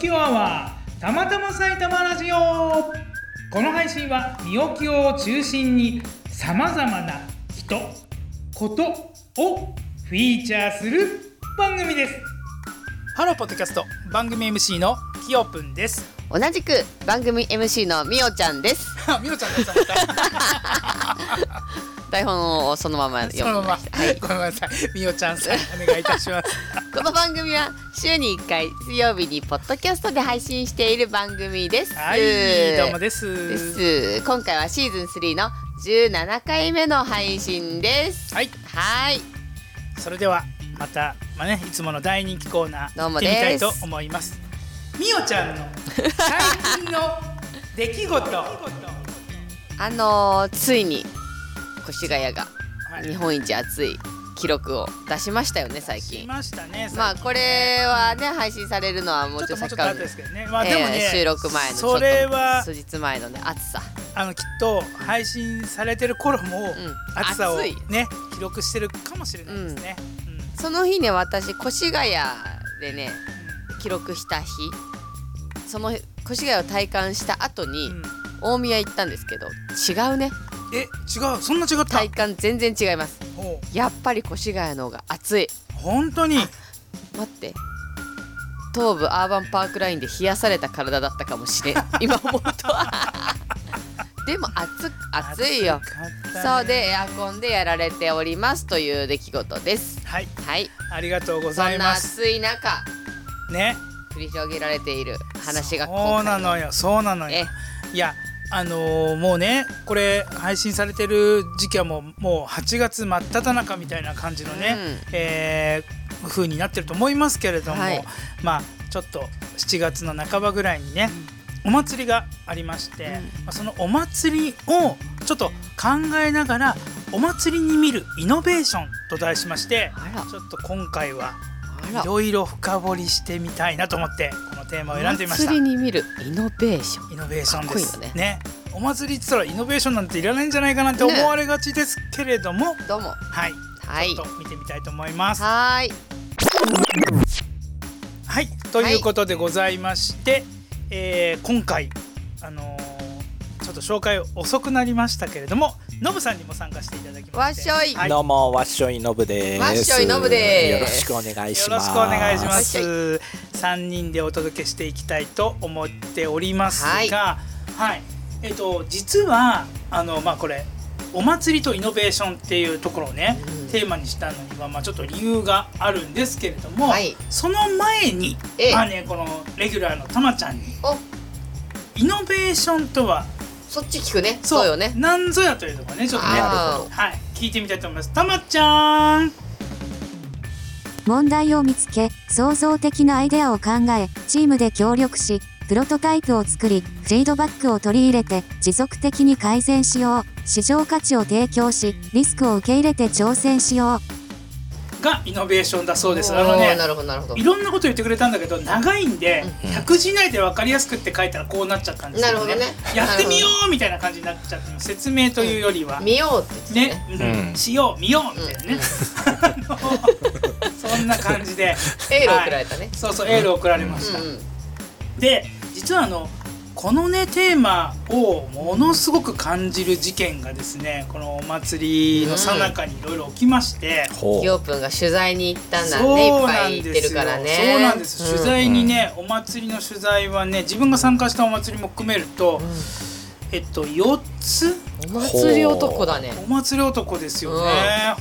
きおアワーたまたま埼玉ラジオこの配信はみおきおを中心にさまざまな人ことをフィーチャーする番組ですハローポッドキャスト番組 MC のきよぷんです。 同じく番組 MC のみおちゃんですあみおちゃん です。台本をそのまま読そのまむま、ごめんなさい。みおちゃんさんお願いいたします。この番組は週に1回水曜日にポッドキャストで配信している番組ですはい、どうもです。です今回はシーズン3の17回目の配信ですはい、はいそれではまたまあねいつもの大人気コーナーどう行もってでみすたいと思います。みおちゃんの最近の出来事。あのー、ついに越谷がはい日本一熱い記録を出しましたよね最し近ましたね。まあこれはね配信されるのはもうちちょょっっとともうちょっと後先かですけどね。まあでもね、えー収録前のちょっそとれは数日前のね暑さあのきっと配信されてる頃もん暑さを暑いね記録してるかもしれないですね。うんその日ね私越谷でね記録した日その越谷を体感した後に、うん大宮行ったんですけど違うねえ違うそんな違った体。感全然違いますおやっぱり越谷の方が暑い本当に待って東部アーバンパークラインで冷やされた体だったかもし れん今思うと でも暑暑いよ暑かったねそうでエアコンでやられておりますという出来事ですはいはいありがとうごそざいんなます。暑い中ね繰り広げられている話がそう今な回のよそうなのよえ。いやあのーもうねこれ配信されてる時期はもうもう8月真っ只中みたいな感じのね、えー風になってると思いますけれども、はいまあちょっと7月の半ばぐらいにね、お祭りがありまして、まあそのお祭りをちょっと考えながらお祭りに見るイノベーションと題しましてあらちょっと今回はあらいろいろ深掘りしてみたいなと思ってこのテーマを選んでみました祭り。に見るイノベーションイノベーションですかっこいいよねお祭りって言ったらイノベーションなんていらないんじゃないかなって思ねわれがちですけれども、どうもはい、はいちょっと見てみたいと思います。ははーいい、ということでございまして、えー今回あのーちょっと紹介遅くなりましたけれども、ノブさんにも参加していただきまわっし、してょいはいどうもわっしょいのぶです。わっしょいのぶですよろしくお願いしよまろす。しくお願いしまよす。三人でお届けしていきたいと思っておりますが、は、はいいえっと実はあのまあこれお祭りとイノベーションっていうところをね、うんテーマにしたのにはまあちょっと理由があるんですけれども、はいその前に、ええまあねこのレギュラーのたまちゃんにおイノベーションとはそっち聞くねそうよねなんぞやというところねちょっとね、あーはい聞いてみたいと思います。たまちゃん。問題を見つけ、創造的なアイデアを考え、チームで協力し、プロトタイプを作り、フィードバックを取り入れて、持続的に改善しよう。市場価値を提供し、リスクを受け入れて挑戦しよう。がイノベーションだそうです。おーあのね、なるほどなるほどいろんなこと言ってくれたんだけど長いんで、う100字以内で分かりやすくって書いたらこうなっちゃったんですけどねなるほどねやってみようみたいな感じになっちゃって説明というよりは、見ようって言ってねたね、うんしよう見ようみたいなね、あのそんな感じでエール送られたはねいそうそうエール送られました、うんうんで実はあのこのねテーマをものすごく感じる事件がですねこのお祭りの最中にいろいろ起きまして、ほヨープンが取材に行ったんだねいそっうぱないん行っでてするよからねそうなんです、取材にうんねお祭りの取材はね自分が参加したお祭りも含めると、えっと4つうんお祭り男だねお祭り男ですよね、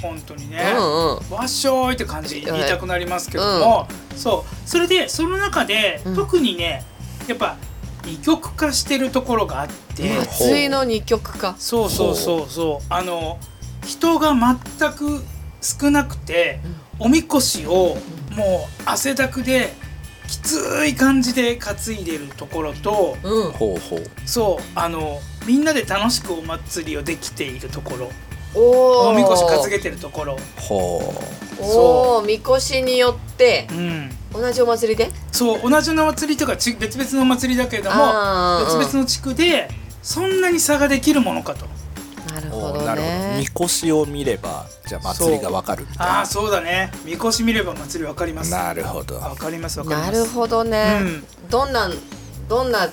本当にね、うんうんわっしょーいって感じ言いたくなりますけども、そうそれでその中で、うん特にねやっぱ二極化してるところがあって、うん祭りの二極化そうそうそうそうあの人が全く少なくて、おみこしをもう汗だくできつい感じで担いでるところとうんほうほう。そうあのみんなで楽しくお祭りをできているところおーおみこし担げてるところほおおみこしによってうん同じお祭りでそう同じのお祭りとかち別々のお祭りだけれどもあー別々の地区でそんなに差ができるものかとなるほう。ほどねみこしを見ればじゃあ祭りがわかるみあたあそうだねみこし見れば祭りわかりまいすなわなるほどかりますわかりまなするほどね、どんなどんな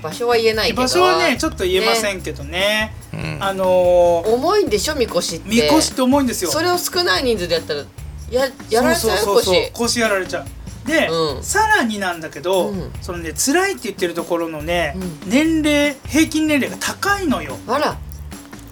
場所は言えないけど場所はねちょっと言えませんけどねうんあのー、重いんでしょみこしってみこしって重いんですよそれを少ない人数でやったらややられちゃそうそううそうそう腰腰やられちゃうで、うんさらになんだけど、うんそのね辛いって言ってるところのね、う年齢平均年齢が高いのよあら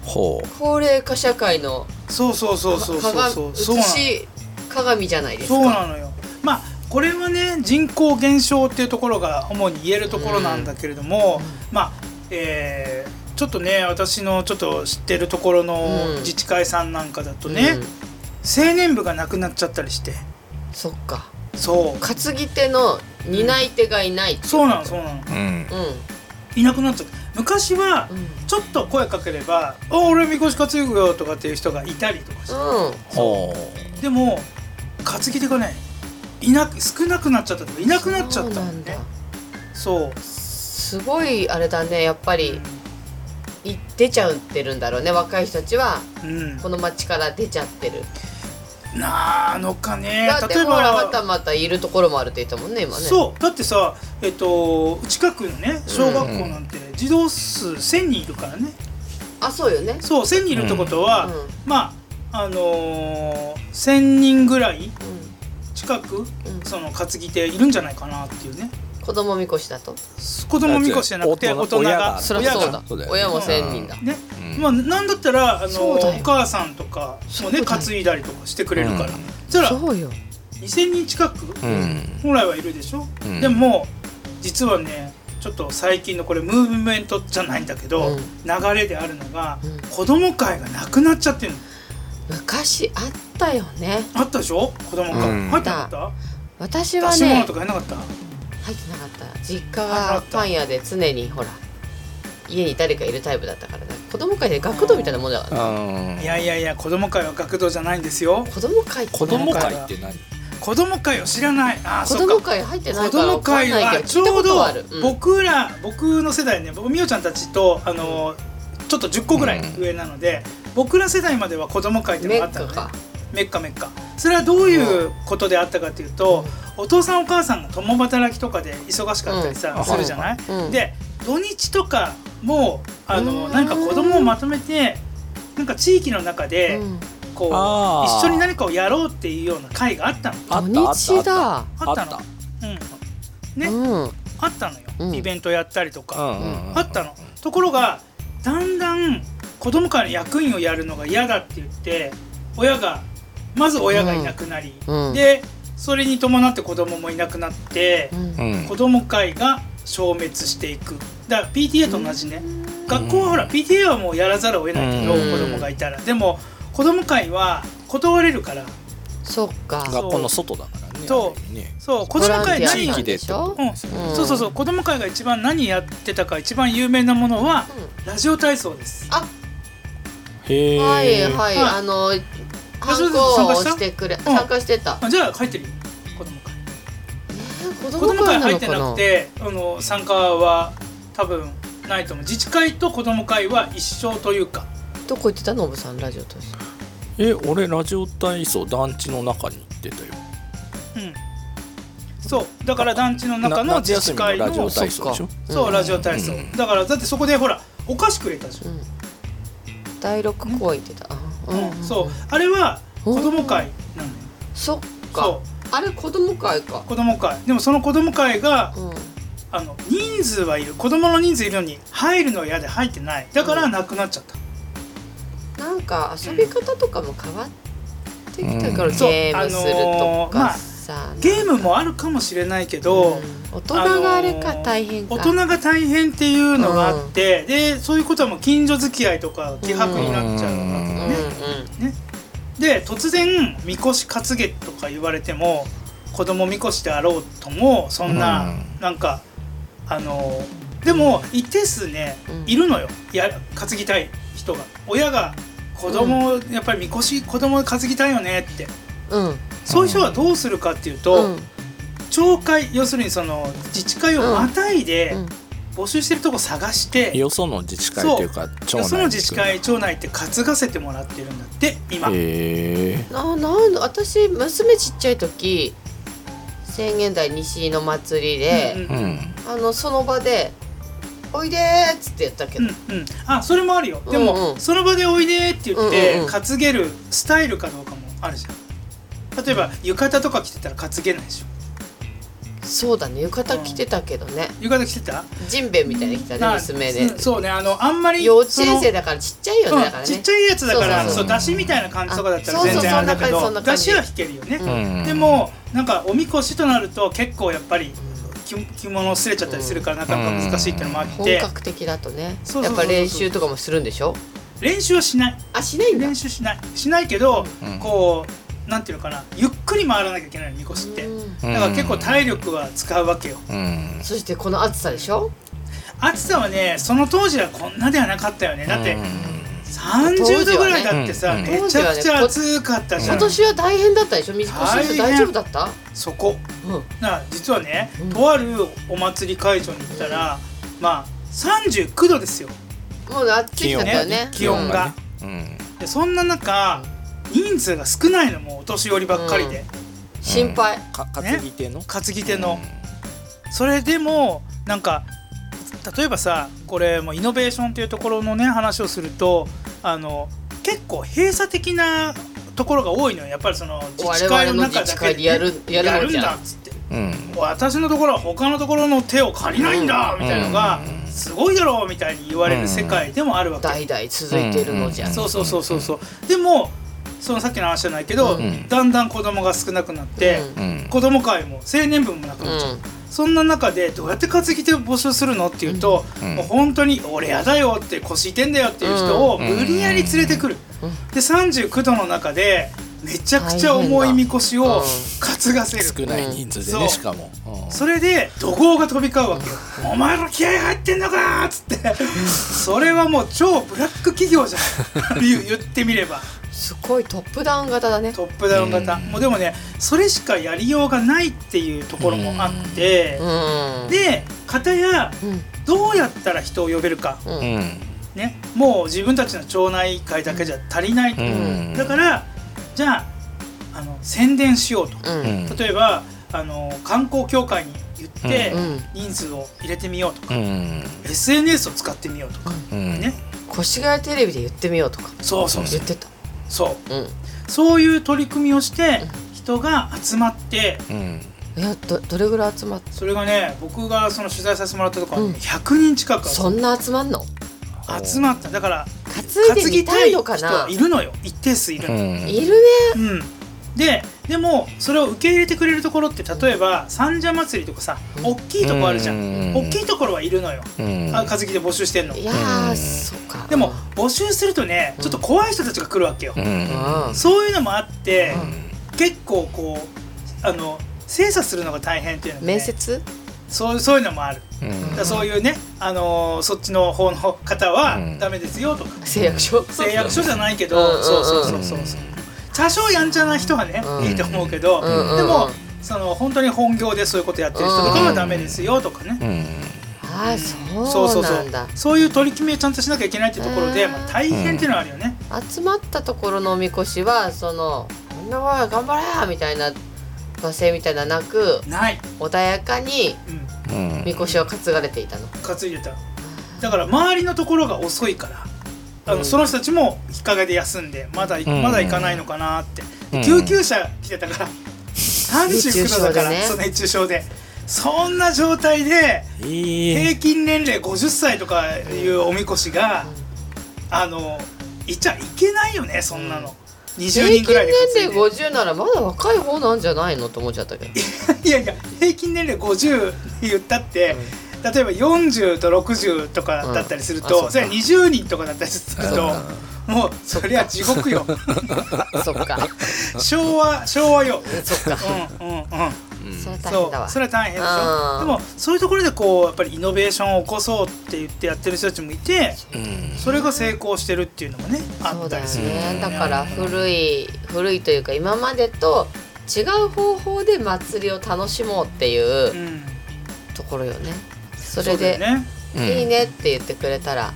ほ高齢化社会のそうそうそうそうかそうがそうそう映し鏡じゃないですそうかなのよまあこれはね人口減少っていうところが主に言えるところなんだけれども、まあえーちょっとね私のちょっと知ってるところのうん自治会さんなんかだとね、うん青年部がなくなっちゃったりしてそっかそう担ぎ手の担い手がいないそうなのそうなのううんうんいなくなっちゃった昔はうんちょっと声かければ「お俺みこし担ぐよ」とかっていう人がいたりとかしてうんほでも担ぎ手がねいなく少なくなっちゃったとかいなくなっちゃったそうのなんねだそうすごいあれだねやっぱりい出ちゃってるんだろうね若い人たちはうんこの町から出ちゃってるなのかねだって例えほらまたばまたいるところもあるって言ったもんね今ねそうだってさえっと近くのね小学校なんて児童数1,000人いるからねあそうよねそう1,000人いるってことは、うんまああのー、1,000人ぐらい近く、んその担ぎ手いるんじゃないかなっていうね子供みこしだと子供みこしじゃなくて大人大人が親がそりゃそうだそうだよね親も千人だねうんまあ、なんだったらあのそうだよお母さんとかもねそうだよ担いだりとかしてくうれるから、んそしたらそうよ2,000人近く、うん本来はいるでしょ、うんでも実はねちょっと最近のこれムーブメントじゃないんだけど、うん流れであるのが、うん子供会がなくなっちゃってるの昔あったよねあったでしょ子供会、うん入ってなかっ私たは出しね物とかやんなかった入ってなかった実家あながかったパン屋で常にほら家に誰かいるタイプだったからね子供会で学童みたいなもんだからねうんいやいやいや子供会は学童じゃないんですよ子供会って子供会って何子供会を知らないあー子そっ供か会入ってな子いから供分かん会ないはけどち聞いたょこうとどはある、うん僕ら僕の世代ね僕みおちゃんたちとあのちょっと10個ぐらい上なので、僕ら世代までは子供会ってのメがあっッたカのねかメッカメッカそれはどういうことであったかというと、お父さんお母さんが共働きとかで忙しかったりさ、うんするじゃない、うんで土日とかもあうのんなんか子供をまとめてなんか地域の中でうんこう、あー一緒に何かをやろうっていうような会があったの、あったあっ土日ただああっったたのあっうん、うねんうんあったのよ、うんイベントやったりとたうか、んうんうんあったのところがだんだん子供から役員をやるのが嫌だって言って親がまず親がいなくなり、うんでそれに伴って子供もいなくなって、うん子供会が消滅していくだから PTA と同じね、学校はほら PTA はもうやらざるを得ないけど、うん子供がいたらでも子供会は断れるからそっか学校の外だからねそうある意味ねそう子供会ボラン何ティア地や域ででしょってうん、うんそうそうそう子供会が一番何やってたか一番有名なものは、ラジオ体操ですあへえはいはい、はいあのあハそうンですコを参加した押してくれん参加してた、あじゃあ入ってるよ子供会子子供供会会な入のってかななくてあの参加は多分ないと思う自治会と子供会は一緒というかどこ行ってたのおぶさんラジオとしてえ俺ラジオ体操団地の中に行ってたようんそうだから団地の中のな夏自治休みの会のラジオ体操でしそっかょそうラジオ体操、うんだからだってそこでほらお菓子くれたじゃんうん第六公園行ってた、あうんそうあれはうん子供会なのよそっかそあれ子供会かう子供会でもその子供会がうんあの人数はいる子供の人数いるのに入るのは嫌で入ってないだからなくなっちゃった、なんか遊び方とかも変わってきたから、うんゲームするとかさ、ゲームもあるかもしれないけど、うん大人があれか、あのー大変か大人が大変っていうのがあって、でそういうことはもう近所付き合いとか希薄になっちゃうわけうだんようんね、で突然みこし担げとか言われても子供みこしであろうともそんな、うんなんかあのでも一定数ね、うんいるのよや担ぎたい人が親が子供、やっぱりみこし子供担ぎたいよねってうんそういう人はどうするかっていううと、ん町会要するにその自治会をまたいで、うん募集してるとこ探してよその自治会というか町内その自治会町内って担がせてもらってるんだって今、へえななんだ私娘ちっちゃい時千元台西のうん祭りで、ううんんあのその場で「おいでー」っつってやったけうど、んうんあそれもあるよでも、うんうんその場で「おいで」って言って、うんうんうん担げるスタイルかどうかもあるじゃん例えば浴衣とか着てたら担げないでしょそうだね浴衣着てたけどね浴衣着てたジンベエみたいに着たねな娘でうんそうねあのあんまり幼稚園生だだからちっちゃいよねだからねちっちゃいやつだからそうそそうう出汁みたいな感じとかだったらあ全然あれだけそうそうそどんな感出じ汁は引けるよね、うんでもなんかおみこしとなると結構やっぱりう着着物すれちゃったりするからなかなか難しいってのもあっん本て格的だとねそうそうやそうっそうぱ練習とかもするんでしょ練習はしないあしないんだ練習しないしないけど、うんこうなんていうのかなゆっくり回らなきゃいけないのみこしってうんうんだから結構体力は使うわけようんそしてこの暑さでしょ暑さはねその当時はこんなではなかったよねだってうん30度ぐらいだってさ、うんめちゃくちゃ暑かったじゃ今ん、年は大変だったでしょ水越しの人大大変丈夫だったそこうんな実はね、うんとあるお祭り会場に行ったら、まあ39度ですよもう暑い気日だ温ったよねがね気温がうんでそんな中人数が少ないのもうお年寄りばっかりで、うん心配か担ぎ手の担ぎ手の、それでもなんか例えばさこれもうイノベーションというところのね話をするとあの結構閉鎖的なところが多いのよやっぱりその我自治会々のの中だ自治け会でやるやるやもんるんじだゃんっつってうん私のところは他のところの手を借りないんだうんみたいのがうんすごいだろうみたいに言われる世界でもあるわけ、代々続いてるのじゃうんそうそうそうそうそうでもそのさっきの話じゃないけど、うんだんだん子供が少なくなって、うんうん子供会も青年部もなくうなっちゃう、んそんな中でどうやって担ぎ手を募集するのっていうと、うんもう本当に「俺やだよ」って腰痛いんだよっていう人をうん無理やり連れてくる、うんで39度の中でめちゃくちゃ重いみこし大を担がせる、少ない人数でうんねしかもうんそれで怒号が飛び交うわけよ「お前ら気合入ってんのか!」っつってそれはもう超ブラック企業じゃん言う言ってみればすごいトップダウン型だねトップダウン型、うんもうでもねそれしかやりようがないっていうところもあってう、んで片やうんどうやったら人を呼べるか、うんうんね、もう自分たちの町内会だけじゃ足りない、うんだからじゃああの宣伝しようと、うんうん例えばあの観光協会に言ってうんうん人数を入れてみようとか、うん SNS を使ってみようとか、うんね越谷テレビで言ってみようとかそうそうそ言うってたそううそういう取り組みをして人が集まってうんんいやどどれぐらい集まっそれがね僕がその取材させてもらったところはね、うん100人近くそんな集まんの集まっただから担いでみたいのかな担ぎたい人いるのよ一定数いるの、うんいるねうん、ででもそれを受け入れてくれるところって例えば三社祭りとかさうん大きいとこあるじゃん、うん大きいところはいるのよ、うんあ担ぎで募集してんのいやーうんそうかでも募集するとねうんちょっと怖い人たちが来るわけよ、うんうんそういうのもあって、う結構こうあの精査するのが大変っていうのもね面接そうそういうのもあるんだからそういうね、あのーそっちの方の方はうんダメですよとか、誓約書誓約書じゃないけど、うんそうそうそうそうそう多少やんちゃな人はね、うんいいと思うけど、うんうんでもその本当に本業でそういうことやってる人とかはダメですよとかね、うんああそうそそううそなうんだそういう取り決めをちゃんとしなきゃいけないっていうところで、うんまあ、大変っていうのはあるよね、集まったところのおみこしはその「みんなは頑張れ!」みたいな罵声みたいななくない、穏やかにうん、うんみこしは担がれていたの担いでただから周りのところが遅いからあの、うんその人たちも日陰で休んでまだい、うんまだ行かないのかなって、うん救急車来てたから39度だから、熱中症でねそう熱中症でそんな状態でいい平均年齢50歳とかいうおみこしが、あのいちゃいけないよねそんなの、20平人均ぐらいで年担いで齢50ならまだ若い方なんじゃないのと思っちゃったけど いやいや平均年齢50って言ったって、例えば40と60とかだったりするうんあそと、っかそれは20人とかだったりすると、もうそりゃ地獄 よそっか昭和昭和よ。そっかうんうんうん、それは大そ変だうわそれは大変でしうんょでもそういうところでこうやっぱりイノベーションを起こそうって言ってやってる人たちもいてうんそれが成功してるっていうのもねあそうっただよりするよねだから古い古いというか今までと違う方法で祭りを楽しもうっていううんところよねそそれうだよでねうんいいねって言ってくれたら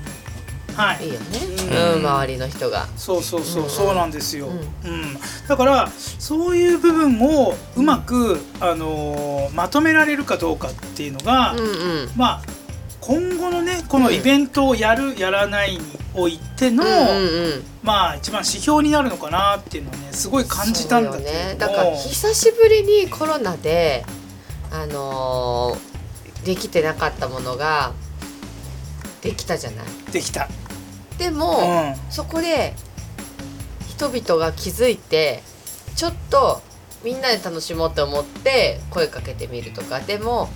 はいいよね、うんうん、周りの人が。そうそうそう、うんそうなんですよ、うんだからそういう部分をうまく、あのーまとめられるかどうかっていうのが、うんうんまあ今後のねこのイベントをやる、やらないにおいての、うんうんうんまあ一番指標になるのかなっていうのをねすごい感じたんだけどそうよね、だから久しぶりにコロナであのーできてなかったものができたじゃないできた、でうも、ん、そこで人々が気づいてちょっとみんなで楽しもうと思って声かけてみるとかでも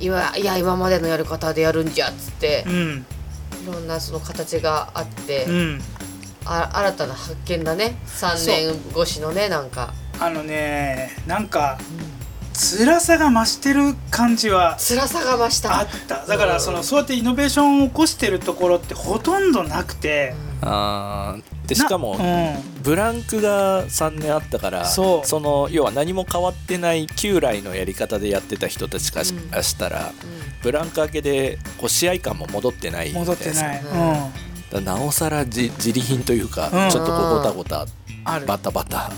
いわいや今までのやり方でやるんじゃっつってうんいろんなその形があって、うんあ新たな発見だね3年越しのねなんか、あのねなんか辛さが増してる感じは辛さが増しあたっただからそのそうやってイノベーションを起こしてるところってほとんどなくて、あーでなしかも、うブランクが3年あったからそうの要は何も変わってない旧来のやり方でやってた人たちからしうんしたうら、んブランク明けでこう試合感も戻ってないん、戻ってみたいない、うんうん、なだからなおさらじ自利品というか、うんちょっとこうごたごたあるバタバタ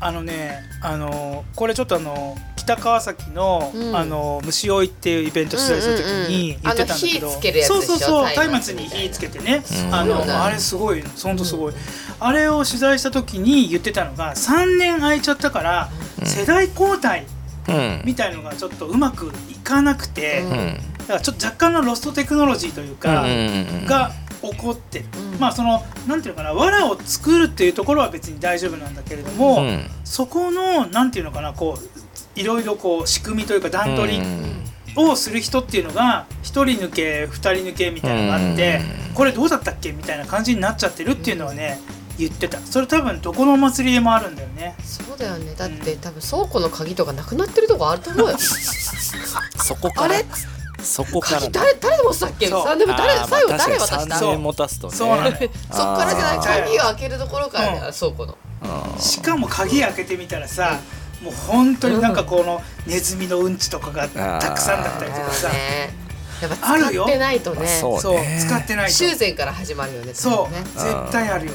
あのねあのこれちょっとあの北川崎の,、うんあの虫追いっていうイベント取材する時にうんうんうん言ってたんだけど、あの火つけるやつそでしょうそうそう松松明明みにたいな火つけてね、うんあのそうだあれすごい本当すごい、あれを取材した時に言ってたのが3年空いちゃったから、うん世代交代うんみたいのがちょっとうまくいかなくて、うんうんだからちょっと若干のロストテクノロジーというか、うんが起こってる、うんまあそのなんていうのかな藁を作るっていうところは別に大丈夫なんだけれども、うんそこのなんていうのかなこういろいろこう仕組みというか段取りうんをする人っていうのが1人抜け2人抜けみたいなのがあって、うんこれどうだったっけみたいな感じになっちゃってるっていうのはね言ってたそれ多分どこのお祭りでもあるんだよねそうだよねだっうてん多分倉庫の鍵とかなくなってるとこある と思うよそこかあられそこから鍵誰誰でもしたっけそうさでも誰あーまあ最後誰渡確しかたにそ3う年も経つとねそうなのよ そっからじゃあなーい鍵を開けるところからだよ、うん倉庫のうんしかも鍵開けてみたらさもう本当になんかこのネズミのうんちとかがたくさんだっただりよとかさ、ねやっぱある使よってないとまあねそうそうね使ってないと修繕から始まるよねそ多う、分ね絶対あるよ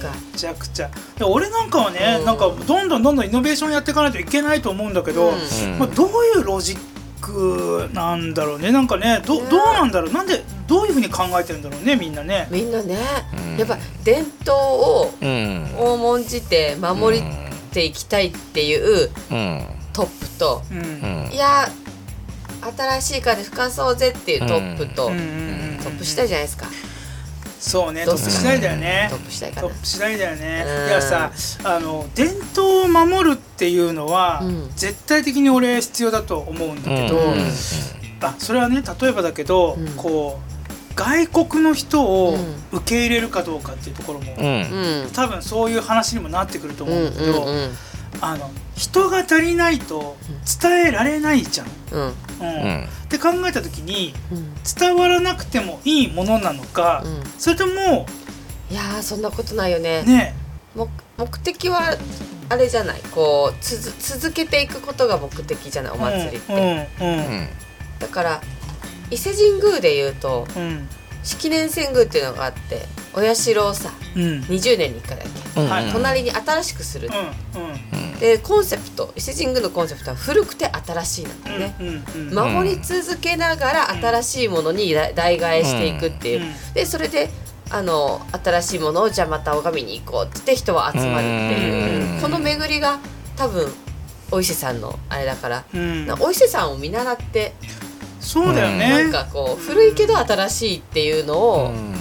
そっかめちゃくちゃで俺なんかはね、うんなんかどんどんどんどんイノベーションやっていかないといけないと思うんだけど、うんうんまあ、どういうロジックなんだろうねなんかねどねどうなんだろうなんでどういうふうに考えてるんだろうねみんなね。みんなね、うんやっぱ伝統をうん重んじて守りていきたいっていううんトップと、うんうんいや新しい風深そうぜっていうトップと、うんうんうんトップ次第じゃないですか、そうねどトうップする次第だよねトップ次第かトなップ次第だよねうんいやさあの伝統を守るっていうのは、うん絶対的に俺必要だと思うんだけど、うんあそれはね例えばだけど、うんこう外国の人をう受け入れるかどうかっていうところも、うんうんうん多分そういう話にもなってくると思ううんんだけど、うんあの人が足りないと伝えられないじゃん。うんうんうっんて考えた時にうん伝わらなくてもいいものなのか、うんそれともいやーそんなことないよねね目目的はあれじゃないこうつづ続けていくことが目的じゃないお祭りって、うんうんうんだから伊勢神宮でいうとうん式年遷宮っていうのがあってお社をさうんうん20年に1回だっけ、うんはい隣に新しくする、うでコンセプト伊勢神宮のコンセプトは古くて新しいなんだよね、んうんうんうん守り続けながら新しいものに代代替えしていくっていう、うんでそれであの新しいものをじゃあまた拝みに行こうって言って人は集まるっていううんこの巡りが多分お伊勢さんのあれだから、うんなお伊勢さんを見習ってそうだよね。なんかこう古いけど新しいっていうのうをん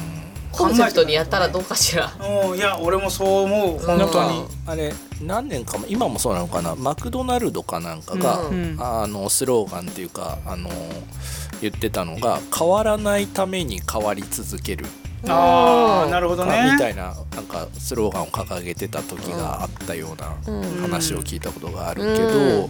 コンセプトにやったらどうかしら。うんいや俺もそう思ううんなん本当かに。あれ何年かも今もそうなのかなマクドナルドかなんかが、うんあのスローガンっていうかあの言ってたのが変わらないために変わり続けるああなるほどかね。みたいななんかスローガンを掲げてた時があったようなうん話を聞いたことがあるけど、うん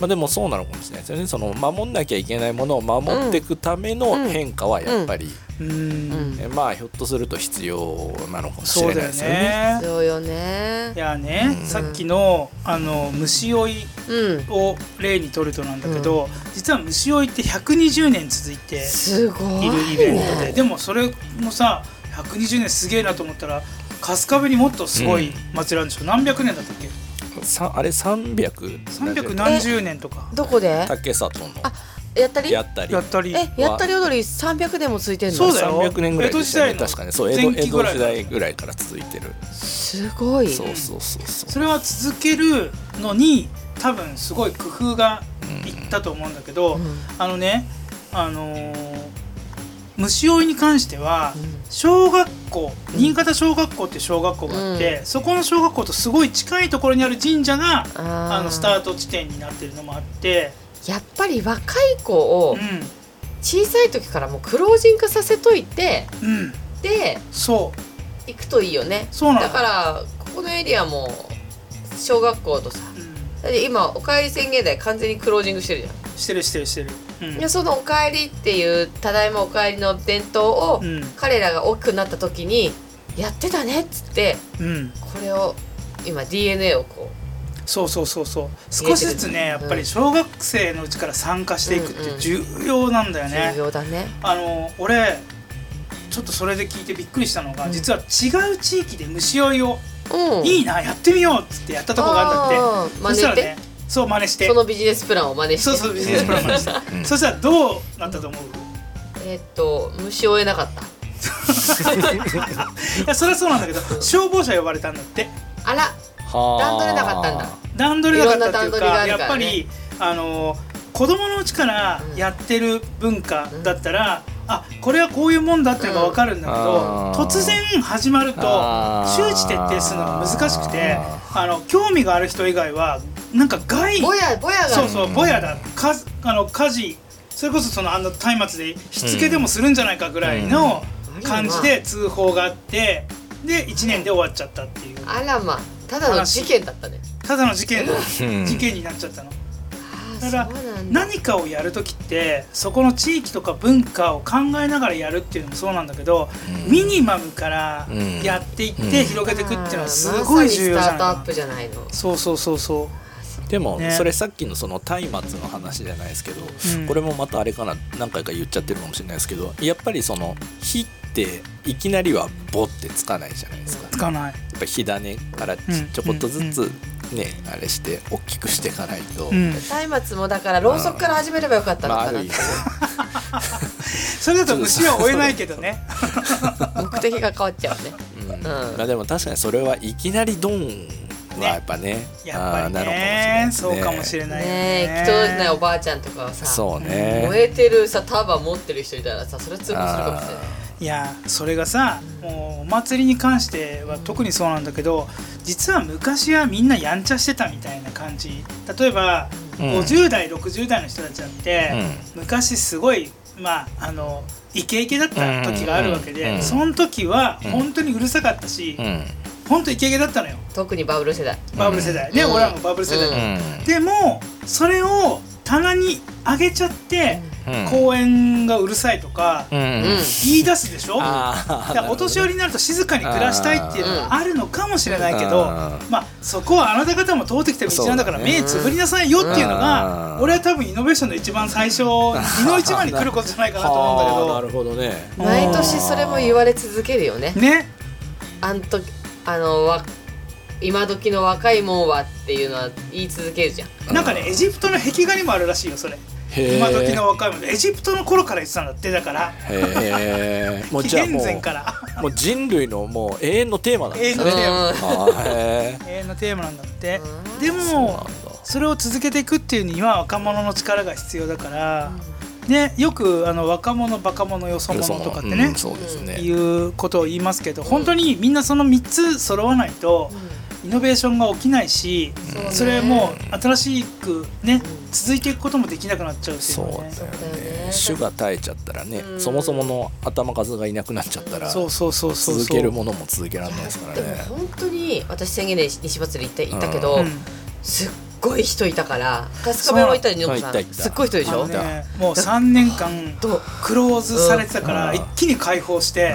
まあ、でもそうなのかもしれないですよねその守んなきゃいけないものを守っていくための変化はやっぱり、ううんんえまあひょっとすると必要なのかもしそうれないだよですよね。ねそうよねいやね、うんさっきのあの虫追いうんを例にとるとなんだけど、実は虫追いって120年続いてすごいいねるイベントででもそれもさ120年すげえなと思ったら春日部にもっとすごい祭りあるんでしょ、何百年だったっけさあれ300 300何十年とかどこで竹里のやったりやったりやったりえやったり踊り300年もついてんのそうだよ300年ぐらいですよ江戸時代ねの確かにそう江戸前期江ぐ戸らい時代ぐらいから続いてるすごいそうそうそうそうそれは続けるのに多分すごい工夫がいったと思うんだけど、うんあのねあのー虫追いに関しては、うん小学校新潟小学校っていう小学校があって、そこの小学校とすごい近いところにある神社がああのスタート地点になってるのもあって、やっぱり若い子うを小さい時からもう苦労人化させといてんうん、でそう行くといいよねそうなのだからここのエリアも小学校とさうんだって今おかえり宣言台完全にクロージングしてるじゃんしてるしてるしてる、うんいやその「おかえり」っていう「ただいまおかえり」の伝統をうん彼らが大きくなった時にやってたねっつってうん、これを今 DNA をこうそうそうそうそう少しずつねやっぱり小学生のうちから参加していくって重要なんだよね。重要だねあの俺ちょっとそれで聞いてびっくりしたのが、うん実は違う地域で虫追いを、うんいいなやってみようっつってやったとこがあるんだってあーそ真似したらして、ねそう真似してそのビジネスプランを真似しそうて そうビジネスプラン真似してうんそしたらどうなったと思う、えーっと虫を追えなかったいやそりゃそうなんだけど消防車呼ばれたんだってあらは段取れなかったんだ段取りなかったっていういろんな段取りがかあるやっからぱねりあの子供のうちからやってる文化だったら、あこれはこういうもんだっていうのが分かるんだけうど、んあー突然始まるとあー周知徹底するのが難しくてあの興味がある人以外はなんか害ぼやぼやがそうそうぼやだかあの火事それこそそのあの松明でしつけでもするんじゃないかぐらいのうん感じで通報があってで1年で終わっちゃったっていうあらまただの事件だったねただの事件うん事件になっちゃったの。だあーからそうなんだ何かをやる時ってそこの地域とか文化を考えながらやるっていうのもそうなんだけど、うんミニマムからうんやっていって、うん広げていくっていうのはすごい重要じまさゃにスターん、トアップじゃないのそうそうそうそうでも、ねそれさっきのその松明の話じゃないですけど、んこれもまたあれかな何回か言っちゃってるかもしれないですけどやっぱりその「火」っていきなりは「ボ」ってつかないじゃないですか。つかない、やっぱ火種からち,、うんちょこっとずつね、あれして大きくしていかないと、うん、松明もだからろうそくから始めればよかったのまああかなる意って味それだと虫は追えないけどね目的が変わっちゃうねうんんまあ、でも確かにそれはいきなりドンはやっぱねやっぱあーりなのかもしれねないですそうかもしれないよねえねきっとないおばあちゃんとかはさそう燃ねえてるさターバン持ってる人いたらさそれ通報するかもしれないいやそれがさもうお祭りに関しては特にそうなんだけど実は昔はみんなやんちゃしてたみたいな感じ例えば、うん50代60代の人たちだって、う昔すごいまああのイケイケだった時があるわけで、うんうんうんその時はうん本当にうるさかったし、うん本当イケイケだったのよ特にバブル世代バブル世代、ねうん俺らもバブル世代、ううでもそれを棚に上げちゃって、ん公園がうるさいとかうんうん言い出すでしょ、あーだからお年寄りになると静かに暮らしたいっていうのがあるのかもしれないけど、あーまあ、そこはあなた方も通ってきてる道なんだからそうだね目つぶりなさいよっていうのが、うん俺は多分イノベーションの一番最初二の一番に来ることじゃないかなと思はあなうんだるほどねうん毎年それも言われ続けるよねけどねあんとあのわ今時の若いもんはっていうのは言い続けるじゃんなんかねエジプトの壁画にもあるらしいよそれへー今時の若いものエジプトの頃から言ってたんだってだからへえもう紀じゃあ元も前からうもう人類のもう永遠のテーマなん永で遠すのねテーマうんあーへ永遠のテーマなんだってうんでーそうなんもだそれを続けていくっていうには若者の力が必要だから、ねよくあの若者バカ者よそ者とかってねうん、そうですねいうことを言いますけど本当にみんなその3つ揃わないとうイノベーションが起きないしそうねそれもう新しくね続いていくこともできなくなっちゃうっていうそうのだはよねね種が耐えちゃったらね、うんそもそもの頭数がいなくなっちゃったらそうそうそうそう続けるものも続けられないですからでもね本当に私宣言で西祭り行った行ったけど、うんすっごい人いたから春日部も行ったよねそうニノコあさん行った行ったすっごい人でしあのょ、ねもう3年間どうクローズされてたからうん一気に解放して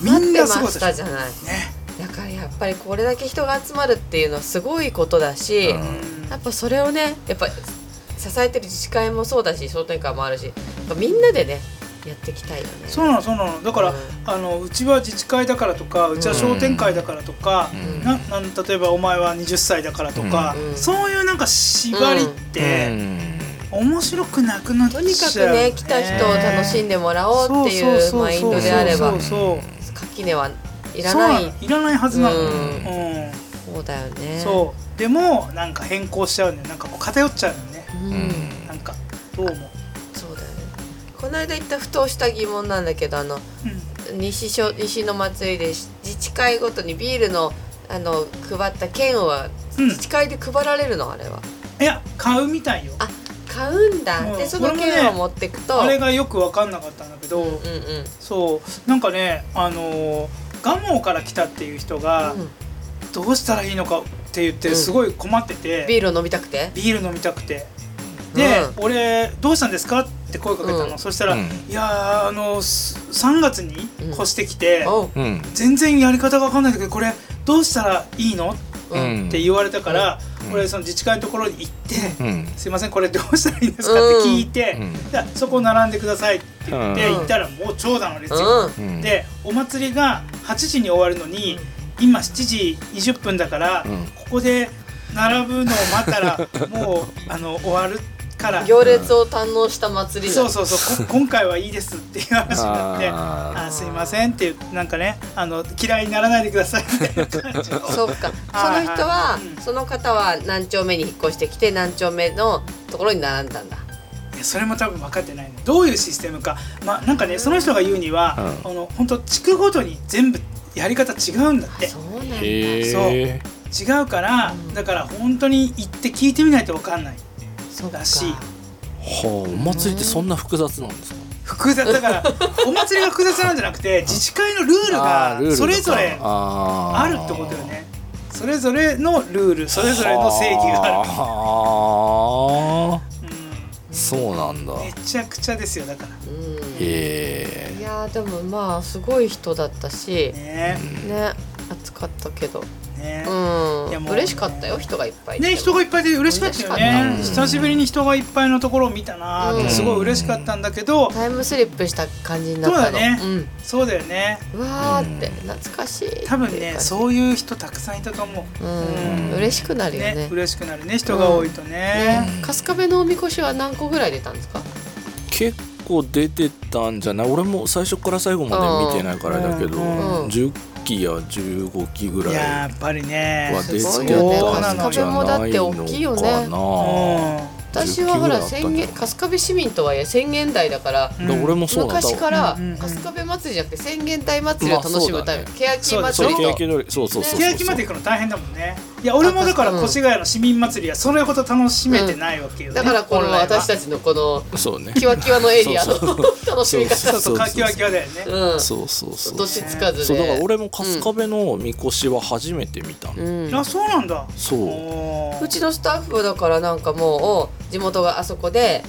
み待っんなてますごいしでたしじゃないょねだからやっぱりこれだけ人が集まるっていうのはすごいことだし、うんやっぱそれをねやっぱ支えてる自治会もそうだし商店会もあるしやっぱみんなでねやっていきたいよねそうなのそうなのだから、うんあのうちは自治会だからとかうちは商店会だからとか、うんななん例えばお前は20歳だからとか、うんそういうなんか縛りって面白くなくなっちゃとう、にかくね来た人を楽しんでもらおうそっていそううそうそうマインドであればそうそうそう垣根はいらないそうのいらないはずなの、うんうんそうだよねそうでもなんか変更しちゃうんだよなんかこう偏っちゃうんだよねう、んなんかどうも、そうだよねこの間言ったふとした疑問なんだけどあのうん西小西の祭りでし自治会ごとにビールのあの配った券はうん自治会で配られるのあれは、いや買うみたいよあ買うんだ、うんでその俺券もをね持ってくとあれがよく分かんなかったんだけど、うんうんそうなんかねあのー蒲生から来たっていう人が、うんどうしたらいいのかって言っうてんすごい困ってて、ビールを飲みたくてビール飲みたくてで、うん俺どうしたんですかって声かけたの、うんそしたら、うんいやーあのす3月に越してきて、おううんうん全然やり方が分かんないんだけどこれどうしたらいいのうんうんって言われたから、うん俺その自治会のところに行って、うんすいませんこれどうしたらいいんですかって聞いて、うんじゃあそこ並んでくださいって言って、うん行ったらもう長蛇の列よ、うんでお祭りが8時に終わるのに、今7時20分だから、うんここで並ぶのを待った らもうあの終わるから行列を堪能した祭りだそうそうそうこ今回はいいですっていう話になってああーすいませんっていうなんかねあの嫌いにならないでくださいみたいな感じ のそうかそのはいはい人はうんその方は何丁目に引っ越してきて何丁目のところに並んだんだいやそれも多分分かってないのどういうシステムかまあなんかねその人が言うには、うあの本当地区ごとに全部やり方違うんだってそうなんだーへえ違うから、うんだから本当に行って聞いてみないと分かんないそうらしいはあお祭りってそんな複雑なんですか複雑だからお祭りが複雑なんじゃなくて自治会のルールあールーがルそれぞれああるってことよねそれぞれのルールそれぞれの正義がある、うあーそうなんだん、めちゃくちゃですよだからうんへいやーでもまあすごい人だったしねね暑かったけどねうんいやもう嬉しかったよ人がいっぱいいてね人がいっぱいで嬉しかったよね嬉しかった久しぶりに人がいっぱいのところを見たなーっうんてすごい嬉しかったんだけどタイムスリップした感じになっそたのうだねんそうだよねうわーって懐かしいっていう多感じ分ねそういう人たくさんいたと思ううんうん嬉しくなるよねね嬉しくなるね人が多いとねね春日部のおみこしは何個ぐらい出たんですかえ結構出てたんじゃない俺も最初から最後まで見てないからだけどうんうん10期や15期ぐらいやっぱりねは出てすたごんいじよねゃないの春日部もだって大きいよねかなう私はほら10宣言春日部市民とはいえ宣言台だから、んだから俺もそうなんだ昔からうんうんうん春日部祭りじゃなくて宣言台祭りを楽しむため、まあ欅そうだねそ祭うりと欅通りそうそうそうそう欅まで行くの大変だもんねいや俺もだからうん越谷の市民祭りはそれほど楽しめてないわけよ、ねだからこの私たちちのこのそうねキワキワのエリアのそう楽しみそ方うそうそうそうかキワキワだよね、うんそうそうそうどしつかずそうでだから俺も春日部のみこしは初めて見たの、うんあそうなんだそうおーうちのスタッフだからなんかもう地元があそこで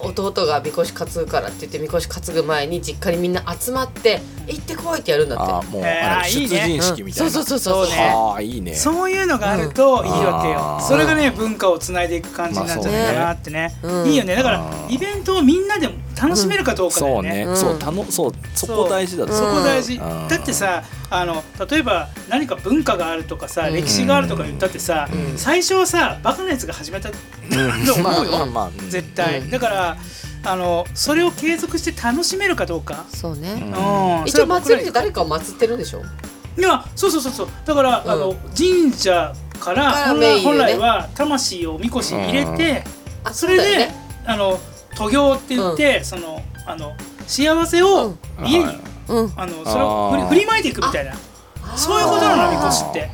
弟がみこし担ぐからって言ってみこし担ぐ前に実家にみんな集まって行ってこいってやるんだってああもうえーああれーい出いね陣式うんみたいそうな、そうそうそうそうねああいいねそういうのがあるといいわけうんよ、あーそれがね文化をつないでいく感じになっちゃうんだなってね,、まあそうねいいよねだかうらんイベントをみんなでも楽しめるかどうかだそようね,、ね、んそうたのそうそこ大事だとそ思うこ大事、うんだってさあの例えば何か文化があるとかさ、うん歴史があるとか言ったってさ、うん最初はさバカなやつが始めたと思うよ、まあまあ、うん絶対、うんだからあのそれを継続して楽しめるかどうか、そうねうんうん一応祭りでで誰かを祀ってるんでしょいやそうそうそうそうだから、うんあの神社からから本メ来インよ本ね来は魂をみこしに入れて、あそれうだで、よねあの渡行って言って、そのあの幸せをうん家に、はいうんあのそれを振りあー振りまいていくみたいなそういうことなのみこしって。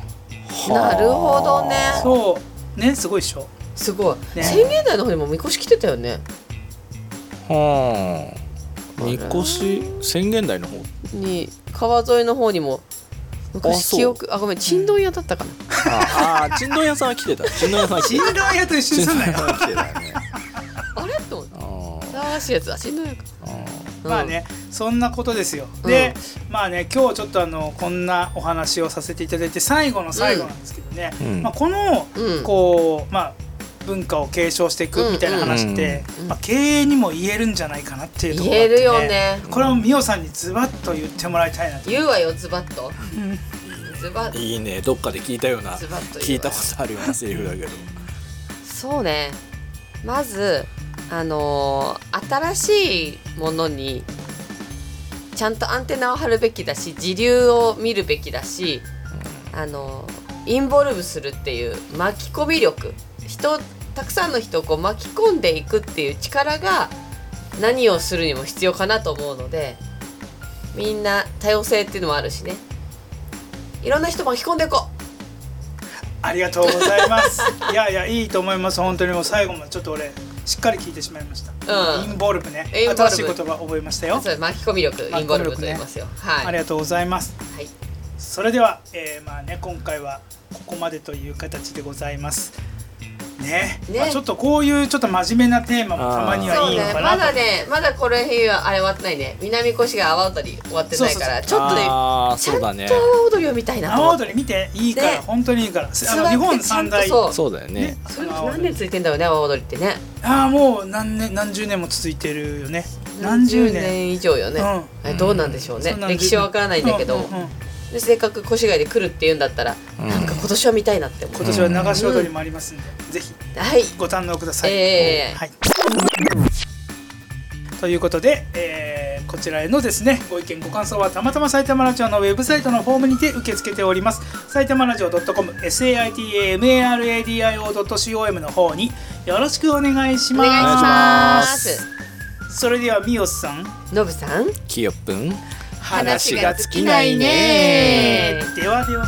はなるほどねそうねすごいでしょすごい、ね宣言台の方にもみこし来てたよねはあみこし宣言台の方に川沿いの方にもあ昔そう記憶あごめんちんどん屋だったかな、ああちんどん屋さんは来てたちんどん屋さんは来人て狼屋と一緒たにすんな屋よさんは来てたねあれと思ってあー新しいやつあちんどん屋か、あーうんまあねそんなことですよ、でまあね今日ちょっとあのこんなお話をさせていただいて最後の最後なんですけどね、うんまあ、このうんこうまあ文化を継承していくみたいな話って、うんうんまあ、経営にも言えるんじゃないかなっていうところがあ言えってるよねこれをミオさんにズバッと言ってもらいたいなと言うわよズバッとズバッいいねどっかで聞いたようなズバッと言うわ聞いたことあるようなセリフだけどそうねまずあのー新しいものにちゃんとアンテナを張るべきだし時流を見るべきだしあのーインボルブするっていう巻き込み力人たくさんの人をこう巻き込んでいくっていう力が何をするにも必要かなと思うのでみんな多様性っていうのもあるしねいろんな人巻き込んでいこうありがとうございます いやいやいいと思います本当にもう最後までちょっと俺しっかり聞いてしまいました、うんインボルブねインボルブ新しい言葉覚えましたよそれ巻き込み巻力き込み力ねインボルブと言いますよ、はいありがとうございますはいそれでは、えーまあね、今回はここまでという形でございます。ねねまあちょっとこういうちょっと真面目なテーマもたまにそはういいのね、かまなだと。ね、まだこれ日はあれ終わってないね。南越が阿波踊り終わってないから、ちょっとね、ああちそゃうんとだ阿ね波踊りを見たいな阿と波思って。踊り見ていいから、ね本当にいいから。あ座っのて日本三大。ちゃんとそう。そうだよねね、それあの何年ついてんだろうね、阿波踊りってね。ああもう何年何十年も続いてるよね。何十年。以上よね。うあれどうなんでしょうねそう。なんです歴史はわからないんだけど、ううんうんでせっかく越谷で来るって言うんだったら、うんなんか今年は見たいなって思う今。年は流し踊りもありますんで、ぜひはい。ご堪能ください。ええはい、ということで、えーこちらへのですねご意見ご感想はたまたま埼玉ラジオのウェブサイトのフォームにて受け付けております埼玉ラジオ .com saitamaradio.com の方によろしくお願いしおます願いします。それではみよさんノブさん。キヨップン話が尽きないねではでは